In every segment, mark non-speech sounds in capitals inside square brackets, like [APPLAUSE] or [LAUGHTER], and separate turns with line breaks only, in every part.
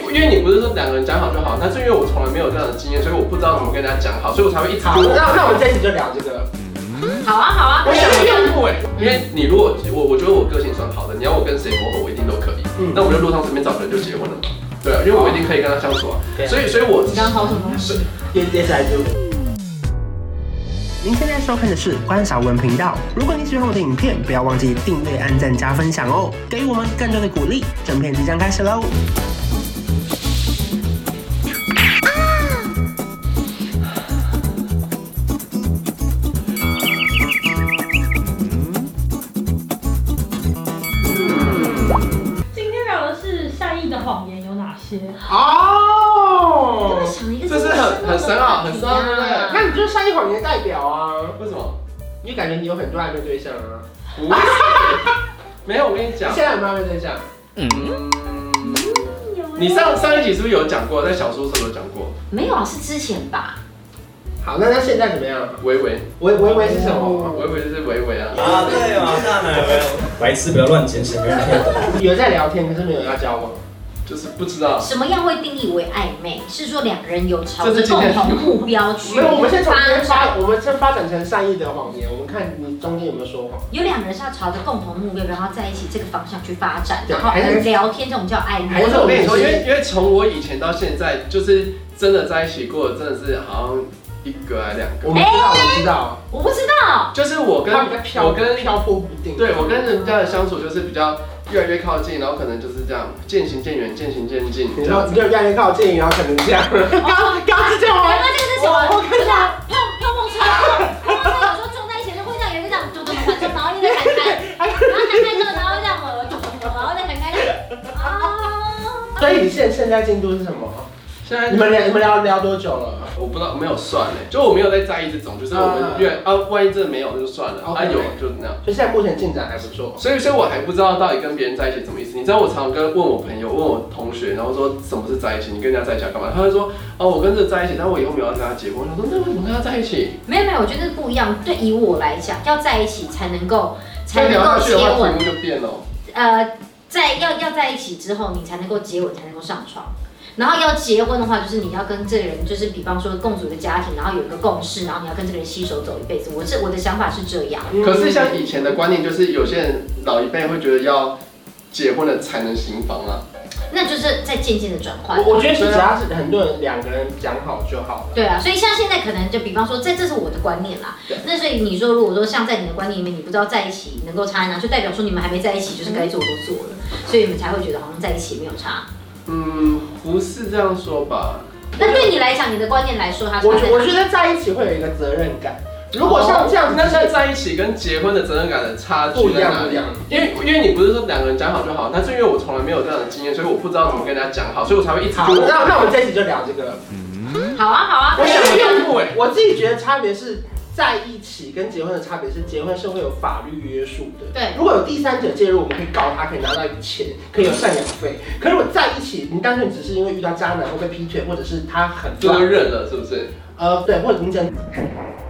是说两个人讲好就好，但是因为我从来没有这样的经验，所以我不知道怎么跟人家讲好，所以我才会一直
好，
跟我
那那我们这一集就聊这个。
好啊好啊，
我想
可以
进步哎，因为你如果我我觉得我个性算好的，你要我跟谁磨合，我一定都可以。
嗯
那我就路上随便找个人就结婚了嘛。对啊，因为我一定可以跟他相处啊。
对
所以所以我
你刚刚说什么？
是啊
yes yes I do。
您现在收看的是关少文频道。如果你喜欢我的影片，不要忘记订阅、按赞、加分享哦，给予我们更多的鼓励。整片即将开始喽！
今天聊的是善意的谎言有哪些？
哦，
想一个
这是很很深奥、很深奥，对不对？
那你就是善意谎言代表啊，
为什么？
你感觉你有很多暧昧对象啊？
不是，没有，我跟你讲
你，现在有没有暧昧对象？
嗯，你上上一集是不是有讲过？在小说是不是有讲过？
没有啊，是之前吧？
好，那那现在怎么样？
维维，
维维维是什么？
维维就是维维啊。
啊，对嘛，大奶奶，白痴不要乱解释，没人听得懂。
有在聊天，可是没有要交往。
就是不知道，
什么样会定义为暧昧？是说两个人有朝
这
着
是今
共
天的题
同
目
目标去
没有，我们先从
发
先发，
展。
我们先发展成善意的谎言，我们看你中间有没有说谎。
有两个人是要朝着共同目标，然后在一起这个方向去发展，
对
然后
还是
聊天这种叫暧
还
昧
不
是。
是我跟你说，因为因为从我以前到现在，就是真的在一起过，真的是好像一个还两个
我，们知道，我们知道，
我不知道，
就是我跟
他比较飘，
我跟
飘忽不定。
对我跟人家的相处就是比较越来越靠近，然后可能就是这样渐行渐远，渐行渐近。
你
这样
说
子
你就越来越靠近，然后可能这样。刚刚是这样
刚
吗？
刚哎这个是什么？不是啊，碰碰碰车，碰碰车有时候撞在一起就会这样，有一个这样咚咚咚咚，然后一直弹开，然后弹开之后，然后这样我咚咚咚，然后再弹开。啊，
所以你现现在进度是什么？
现在
你们聊你们聊聊多久了？
我不知道没有算哎，就我没有在在意这种，就是我们越啊，万一真的没有那就算了，啊
OK
有就那样。
所以现在目前进展还不错。
所以，所以我还不知道到底跟别人在一起什么意思。你知道，我常常跟问我朋友、问我同学，然后说什么是在一起？你跟人家在一起要干嘛？他会说，哦，我跟这个在一起，但我以后没有要跟他结婚。我想说，那为什么跟他在一起？
没有没有，我觉得不一样。对，以我来讲，要在一起才能够才
再
能
聊
够
下去
接
的话，
吻
题目就哦变了。
呃，在要要在一起之后，你才能够接吻，才能够上床。然后要结婚的话，就是你要跟这个人，就是比方说共组一个家庭，然后有一个共识，然后你要跟这个人携手走一辈子。我是我的想法是这样，
可是像以前的观念，就是有些人老一辈会觉得要结婚了才能行房啊。
那就是在渐渐的转换。
我我觉得是只要是很多人两个人讲好就好了。
对啊，所以像现在可能就比方说，这这是我的观念啦
对。
那所以你说，如果说像在你的观念里面，你不知道在一起能够差在哪，就代表说你们还没在一起，就是该做都做了，
嗯
所以你们才会觉得好像在一起没有差。
嗯，不是这样说吧？
那对你来讲，你的观念来说，它差
我
在
觉我
哪？
觉得在一起会有一个责任感。如果像这样子，
那现在在一起跟结婚的责任感的差
不
距
一
在
样
哪
不一
里
样？。
因为因为你不是说两个人讲好就好，但是因为我从来没有这样的经验，所以我不知道怎么跟人家讲好，所以我才会一直
好，那那我们这一集就聊这个。
好啊，好啊，
我想
进
进步哎，
我自己觉得差别是在一起跟结婚的差别是，结婚是会有法律约束的。
对
如果有第三者介入，我们可以告他，可以拿到钱，可以有赡养费。可是我在一起，你单纯只是因为遇到渣男或被劈腿，或者是他很
这就
乱，
认了是不是？
呃，对，或者你讲，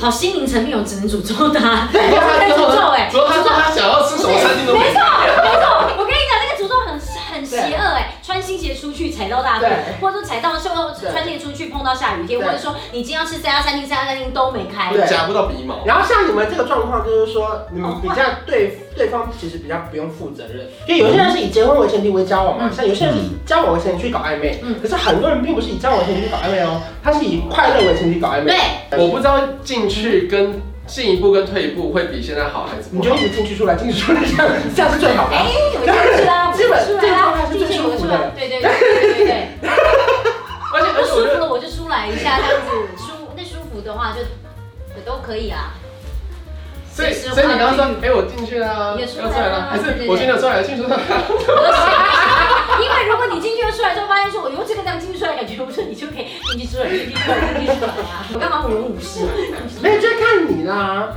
好心灵层面有只能诅咒他，
[LAUGHS] 对
有在 [LAUGHS] 诅咒哎、
主要他说他想要吃什么餐厅都没
没错，没错，我跟你讲，那个诅咒很很邪恶哎、穿新鞋出去踩到大腿
啊对，
或者说踩到就
对
穿鞋出去碰到下雨天，
对
或者说你今天要吃三家餐厅，三家餐厅都没开。
对
夹不到鼻毛。
然后像你们这个状况，就是说你们比较对对方其实比较不用负责任，因为有些人是以结婚为前提为交往嘛，
嗯
像有些人是以交往为前提去搞暧昧，
嗯
可是很多人并不是以交往为前提去搞暧昧哦，他是以快乐为前提搞暧昧。
对，
我不知道进去跟进一步跟退一步会比现在好还是
你
不
就
好
一。直进去出来，进去出来，这样这样是最好的。 [LAUGHS]
哎，有进去啦，
基本
出
这个
来
状
啦
态，是最舒服的
对对对对对 [LAUGHS] 对，
而且
不
而且
舒
我觉
服
得，
了我就出来一下，这样子舒那舒服的话就也都可
[LAUGHS]
以啊。
所以所以你刚刚说，哎，我进去啦，
也
要
出
出
来啊啦
来啊了，还是我进得出来，进出来。
因为如果你进去了出来之后，发现说我哎用这个这样进去出来，感觉不错，你就可以进去出来，进去出来，进去出来
[LAUGHS]
啊！我干嘛舞龙舞狮？
没有，就看你啦，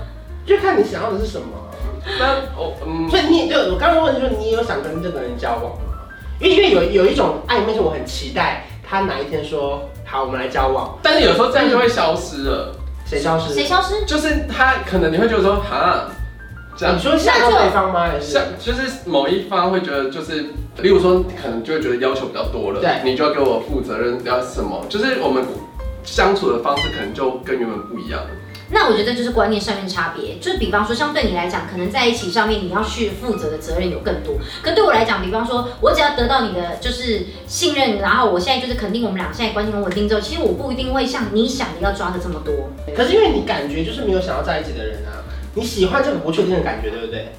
就看你想要的是什么。
[LAUGHS] 那我嗯，
所以你对我刚刚问的就是你有想跟这个人交往吗？因为因为有有一种暧昧是我很期待他哪一天说好，我们来交往，
但是有时候这样就会消失了，
谁消失？
谁消失？
就是他可能你会觉得说，哈，这样
你说吓到对方吗？还是
像就是某一方会觉得就是，例如说可能就会觉得要求比较多了，
对
你就要给我负责任，要什么，就是我们相处的方式可能就跟原本不一样。
那我觉得就是观念上面差别，就是比方说，像对你来讲，可能在一起上面你要去负责的责任有更多，可对我来讲，比方说，我只要得到你的就是信任，然后我现在就是肯定我们俩现在关系很稳定之后，其实我不一定会像你想的要抓的这么多。
可是因为你感觉就是没有想要在一起的人啊，你喜欢这个不确定的感觉，对不对？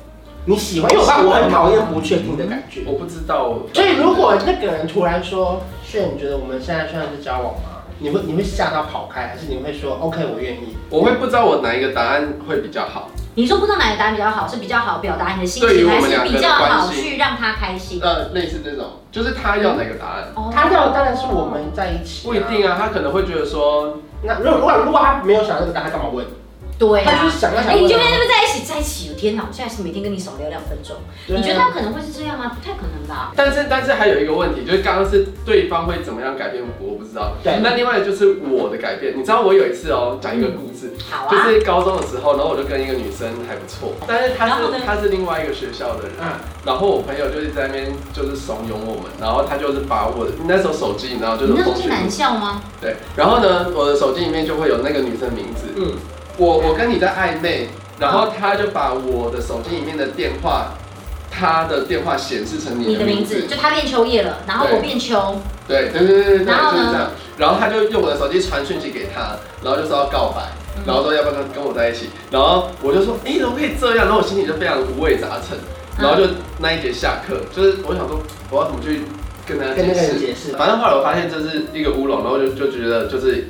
你喜欢，因为我爸我很讨厌
啊
不确定的感觉。
我不知道，
所以如果那个人突然说：“炫，你觉得我们现在算是交往吗？”你会你会吓到跑开，还是你会说 “OK，我愿意
我会不知道我哪一个答案会比较好。
[LAUGHS] 你说不知道哪个答案比较好，是比较好表达你的心
对于
情，
我
还
们两
是
个
比
的
较好
关系
去让他开
嗯
心？
呃，类似这种，就是他要哪个答案，
哦”
他要当然是我们在一起、
不一。定啊，他可能会觉得说，
那如果如果如果他没有想要这个答案，他干嘛问？
对
他就
啊。
是想要想
哎、
问啊。
你就跟他们在一起，在一起，天哪！我现在是每天跟你少聊两分钟，
对啊
你觉得他可能会是这样吗？不太可能吧。
但是但是还有一个问题，就是刚刚是对方会怎么样改变我，我不知道。
对
那另外就是我的改变，你知道我有一次哦，讲一个故事，
好
就
啊，
是高中的时候，然后我就跟一个女生还不错，但是她
然后呢
是她是另外一个学校的人，
嗯
然后我朋友就是在那边就是怂恿我们，然后他就是把我的那时候手机，你知道就
你
是
那时候
风
是
讯录
男校吗？
对，然后呢，我的手机里面就会有那个女生的名字，
嗯，
我我跟你在暧昧，然后他就把我的手机里面的电话，他的电话显示成你
你
的
的
名
名
字
字，，就他变秋叶了，然后
对
我变秋，
对对对对对，对
然后
就
呢
是这样。然后他就用我的手机传讯息给他，然后就说要告白，然后说要不要跟跟我在一起，然后我就说你怎么可以这样？然后我心里就非常五味杂陈。然后就那一节下课，就是我想说我要怎么去跟他解
跟那个人
释。
解释。
反正后来我发现这是一个乌龙，然后就就觉得就是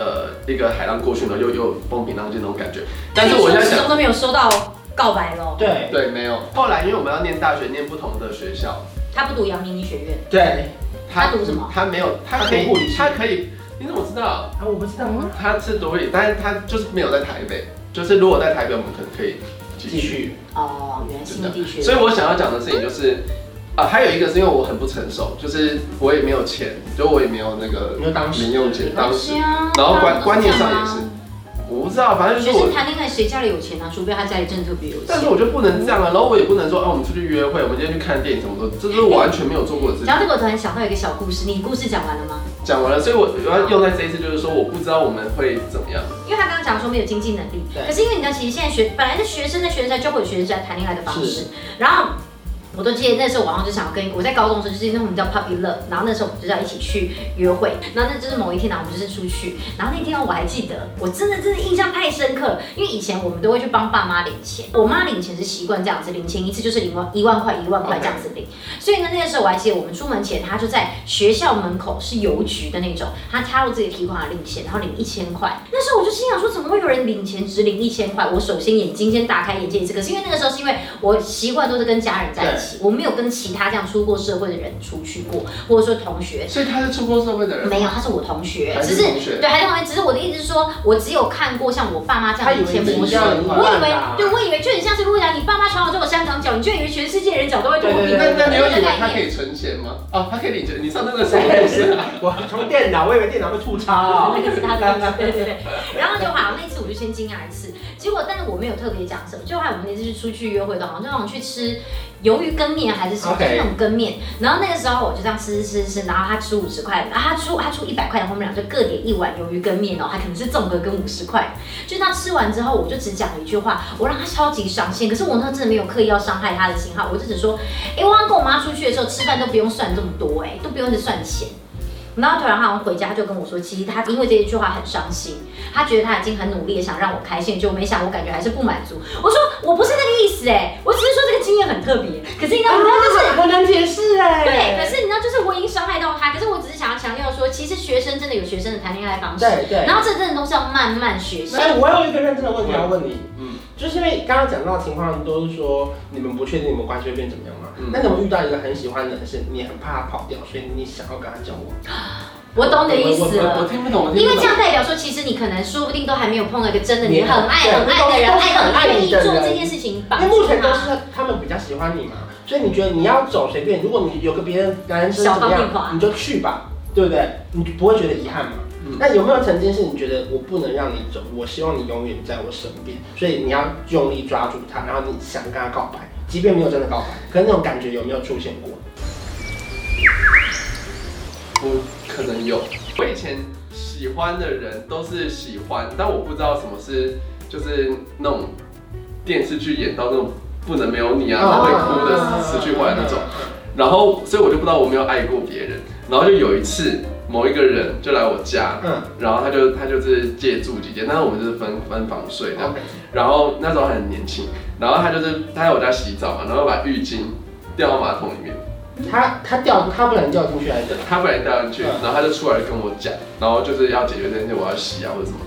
呃一个海浪过去，然后又又风平浪静那种感觉。但是我现在
始
想
终，都没有收到告白咯。
对
对，没有。后来因为我们要念大学，念不同的学校，
他不读阳明医学院，
对
他读什么
他没有，他可以
他读护理，系
他可以。你怎么知道？
啊，我不知道
嗯
啊。
他是独立，但是他就是没有在台北。就是如果在台北，我们可能可以继
继
续。
续。
哦，原来新地学
所以我想要讲的事情就是，啊，还有一个是因为我很不成熟，就是我也没有钱，就我也没有那个
你说当时
零用钱，当时
是啊，
然后观
大家都
观念上
这样
也
啊
是，我不知道，反正就是
学
我啊
生，谈恋爱谁家里有钱啊？除非他家里真的特别有
但
钱
是。我就不能这样啊，然后我也不能说，啊，我们出去约会，我们今天去看电影什么的，这是我完全没有做过的事情。
然后这个我突然想到一个小故事，你故事讲完了吗？
讲完了，所以我我要用在这一次，就是说我不知道我们会怎么样。
因为他刚刚讲说没有经济能力，
对
可是因为你知道，其实现在学本来是学生在学生在就会有学生在谈恋爱的方式，然后。我都记得那时候，我好像就想要跟我在高中的时候，就是那种叫 puppy love，然后那时候我们就是要一起去约会，然后那就是某一天呢，我们就是出去，然后那天我还记得，我真的真的印象太深刻了，因为以前我们都会去帮爸妈领钱，我妈领钱是习惯这样子，领钱一次就是领万一万块一万块这样子领，所以呢，那个时候我还记得我们出门前，她就在学校门口是邮局的那种，她插入自己的提款卡领钱，然后领一千块，那时候我就心想说，怎么会有人领钱只领一千块？我首先眼睛先打开眼界一次，可是因为那个时候是因为我习惯都是跟家人在一起，我没有跟其他这样出过社会的人出去过，或者说同学。
所以他是出过社会的人，
没有，他是我同学，
还是
只是
同学
对，还是同学。只是我的意思是说，我只有看过像我爸妈这
他
样
以
以
为
前
你
模
一
式，
样
我
的
以
一
为
样
对，我以为就很像是如果讲你爸妈传我这种香港脚，你就以为全世界人脚都会多
对
比
对
那
对
那你有以为
概
他
念
可以存钱吗？哦，他可以领钱。你上那个时候
[LAUGHS] 对，
也
[LAUGHS] 是
是，
我从电脑，我以为电脑会啊出 [LAUGHS]
那
差。
个是他的故事，对对对。然后就好，那一次我就先惊讶一次，结果但是我没有特别讲什么，就还有我们那次去出去约会的，好像就好像去吃鱿鱼羹面还是什么
OK
就那种羹面。然后那个时候我就这样吃吃吃吃，然后他出五十块，然后他出他出一百块，然后我们俩就各点一碗鱿鱼羹面哦，他可能是综合跟五十块。就是他吃完之后，我就只讲了一句话，我让他超级伤心，可是我那时候真的没有刻意要伤害他的心哈，我就只说，哎、我刚跟我妈出去的时候吃饭都不用算这么多、哎，都不用一直算钱。然后突然他好像回家，他就跟我说，其实他因为这一句话很伤心，他觉得他已经很努力地想让我开心，就没想我感觉还是不满足。我说我不是那个意思哎，我只是说这个经验很特别。可是你知道，你知道
哦
就是。
我能解释哎
对，可是你知道，就是我已经伤害到他，可是我只是想要强调说，其实学生真的有学生的谈恋爱方式，
对对。
然后这真的都是要慢慢学习。
哎，我有一个认真的问题要问你，
嗯
嗯，就是因为刚刚讲到的情况都是说你们不确定你们关系会变怎么样嘛
嗯，
那你们遇到一个很喜欢的人，是你很怕他跑掉，所以你想要跟他交往，
我懂你的意思
我
了。
听不懂，我听
因为
不
这
懂。
样代表说，其实你可能说不定都还没有碰到一个真的你
你
很爱很爱的人，
对
爱很爱愿意
都是
做
很爱你的人
这件事情绑
因为目
住
前都是
他。
他们比较喜欢你嘛，所以你觉得你要走随便，如果你有个别人男生怎么
小方便法
样，你就去吧，对不对？你不会觉得遗憾嘛？
嗯
那有没有曾经是你觉得我不能让你走，我希望你永远在我身边，所以你要用力抓住他，然后你想跟他告白，即便没有真的告白，可是那种感觉有没有出现过？
我可能有。我以前喜欢的人都是喜欢，但我不知道什么是就是那种电视剧演到那种不能没有你啊，然后会哭
嗯
的死去活来那种。然后，所以我就不知道我没有爱过别人。然后就有一次，某一个人就来我家，
嗯
然后他就他就是借住几天，但是我们就是分分房睡这样。然后那时候还很年轻，然后他就是他在我家洗澡嘛，然后把浴巾掉到马桶里面，
他他掉，他不能掉进去还是怎么？
他本来掉进去，
嗯
然后他就出来跟我讲，然后就是要解决这件事，我要洗啊或者什么。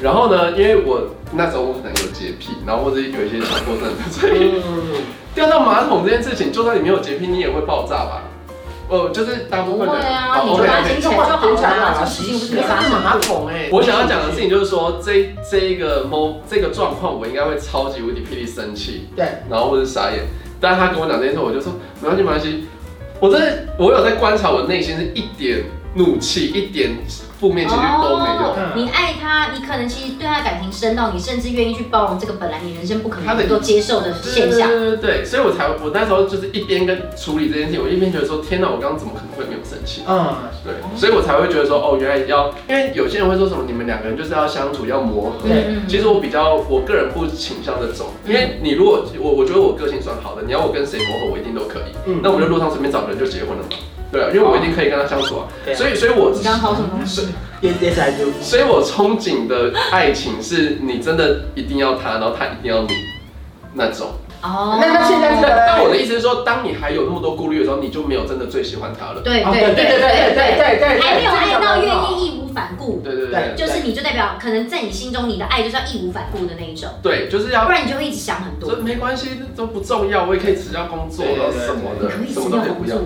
然后呢，因为我那时候我可能有洁癖，然后或者有一些强迫症，所以
嗯，
掉到马桶这件事情，就算你没有洁癖，你也会爆炸吧？哦，就是大部
不
分
会
人
啊，
哦
你就
OK，
把
OK
它捡起来就好
捡起来
了
啦
啊，洗净不是
你
没
是
发生
马桶哎
我想要讲的事情就是说，这这一个 mo 这个状况，我应该会超级无敌霹雳生气，
对，
然后或者傻眼。但他跟我讲这件事，我就说没关系，没关系。我真的，我有在观察我内心，是一点怒气、一点负面情绪都没有。
哦你爱他，你可能其实对他感情深到你甚至愿意去包容这个本来你人生不可能能够接受的现象。
对对对，所以我才我那时候就是一边跟处理这件事情，我一边觉得说天哪，我刚刚怎么可能会没有生气？
嗯，
对，所以我才会觉得说哦，原来要，因为有些人会说什么你们两个人就是要相处要磨合。
对，
嗯
其实我比较，我个人不倾向这种，因为你如果我我觉得我个性算好的，你要我跟谁磨合，我一定都可以。
嗯
那我就路上随便找个人就结婚了嘛，对啊，因为我一定可以跟他相处啊。
对啊
所以，所以我
你刚刚掏什么东西？
yes yes I do，
所以我憧憬的爱情是你真的一定要他，然后他一定要你那种。
哦
那那现在这个
但我的意思是说，当你还有那么多顾虑的时候，你就没有真的最喜欢他了。
对
哦
对对对对
对对
对
对，
还没有爱到愿
意，
意义无反顾，
对对对对
就是你就代表可能在你心中你的爱就是要义无反顾的那一种，
对，就是
不
要。
然你就会一直想很
这
多。
没关系，这都不重要，我也可以辞掉工作，
对对
然后
对
什么
你
的
可，以
什
辞
么
掉
都可以
工
不要
作。。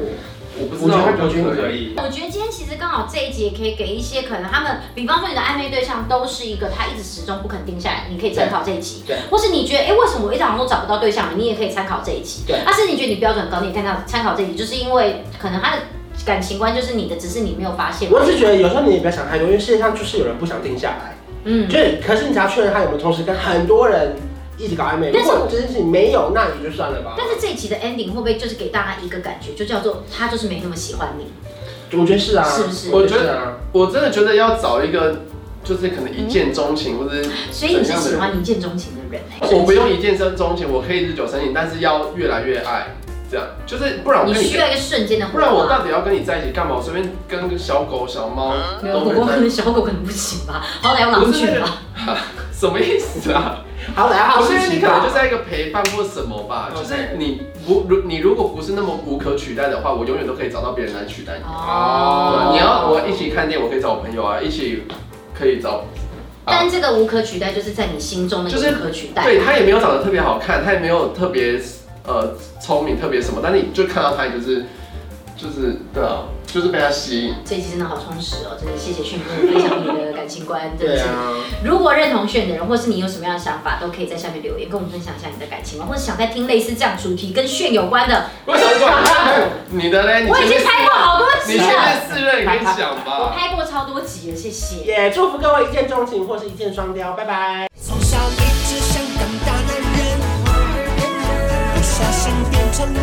我不
我
知
觉
道，
得国军可。以，
我觉得今天其实刚好这一集也可以给一些可能他们，比方说你的暧昧对象都是一个他一直始终不肯定下来，你可以参考这一集。
对对
或是你觉得哎、诶为什么我一直好像都找不到对象，你也可以参考这一集。
对
但是你觉得你标准很高，你也可以参考参考这一集，嗯就是因为可能他的感情观就是你的，只是你没有发现。
我只是觉得有时候你也不要想太多，因为世界上就是有人不想定下来。
嗯，
就是，可是你只要确认他有没有同时跟很多人一起搞暧昧，如
但是
果这件事情没有，那也就算了吧。
但是这一集的 ending 会不会就是给大家一个感觉，就叫做他就是没那么喜欢你？
我觉得是啊，
是不是
我觉得是啊，
我真的觉得要找一个，就是可能一见钟情，或者是
所以你是
怎样的
喜
人
欢一见钟情的人、欸？
我不用一见生钟情，我可以日久生情，但是要越来越爱，这样就是不然我
你
跟你
需，要一个瞬间的火花。
不然我到底要跟你在一起干嘛？我随便跟小狗、小猫
嗯没有，
都
狗
能
狗
在
可能小狗可能不行吧，好歹有狼犬吧。
什么意思啊？
好来好
我觉得
是
你
奇
可能就
葩，
是在一个陪伴或什么吧，
OK
就是你不如你如果不是那么无可取代的话，我永远都可以找到别人来取代你。
哦
对你要我一起看电影，我可以找我朋友啊，一起可以找。
但这个无可取代，就是在你心中的
就是
无可取代。
对他也没有长得特别好看，他也没有特别呃聪明，特别什么，但是你就看到他就是就是对啊，就是被他吸引。
这一集真的好充实哦，真的谢谢炫哥分享你的感情观，真的
对
是。
啊，
如果认同炫的人，或是你有什么样的想法，都可以在下面留言跟我们分享一下你的感情观，或者想再听类似这样主题跟炫有关的，
为什么不好？你的嘞？你
[LAUGHS] 我已
前面
经拍过好多
你
集
前
了，啊
面四任你可以讲
我
吧。
拍过超多集了，谢谢。
也祝福各位一见钟情或是一见双雕，拜拜。
从小一直想当大男人，不小心变成了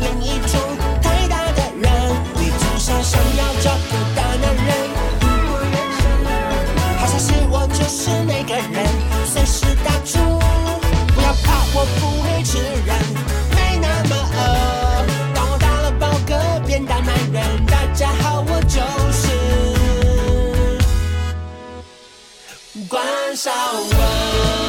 另一种太大的人。你至少想要找个大男人，好像是我就是那个人，随时打住，不要怕，我不会吃人，没那么饿。当我打了饱嗝变大男人，大家好，我就是关少文。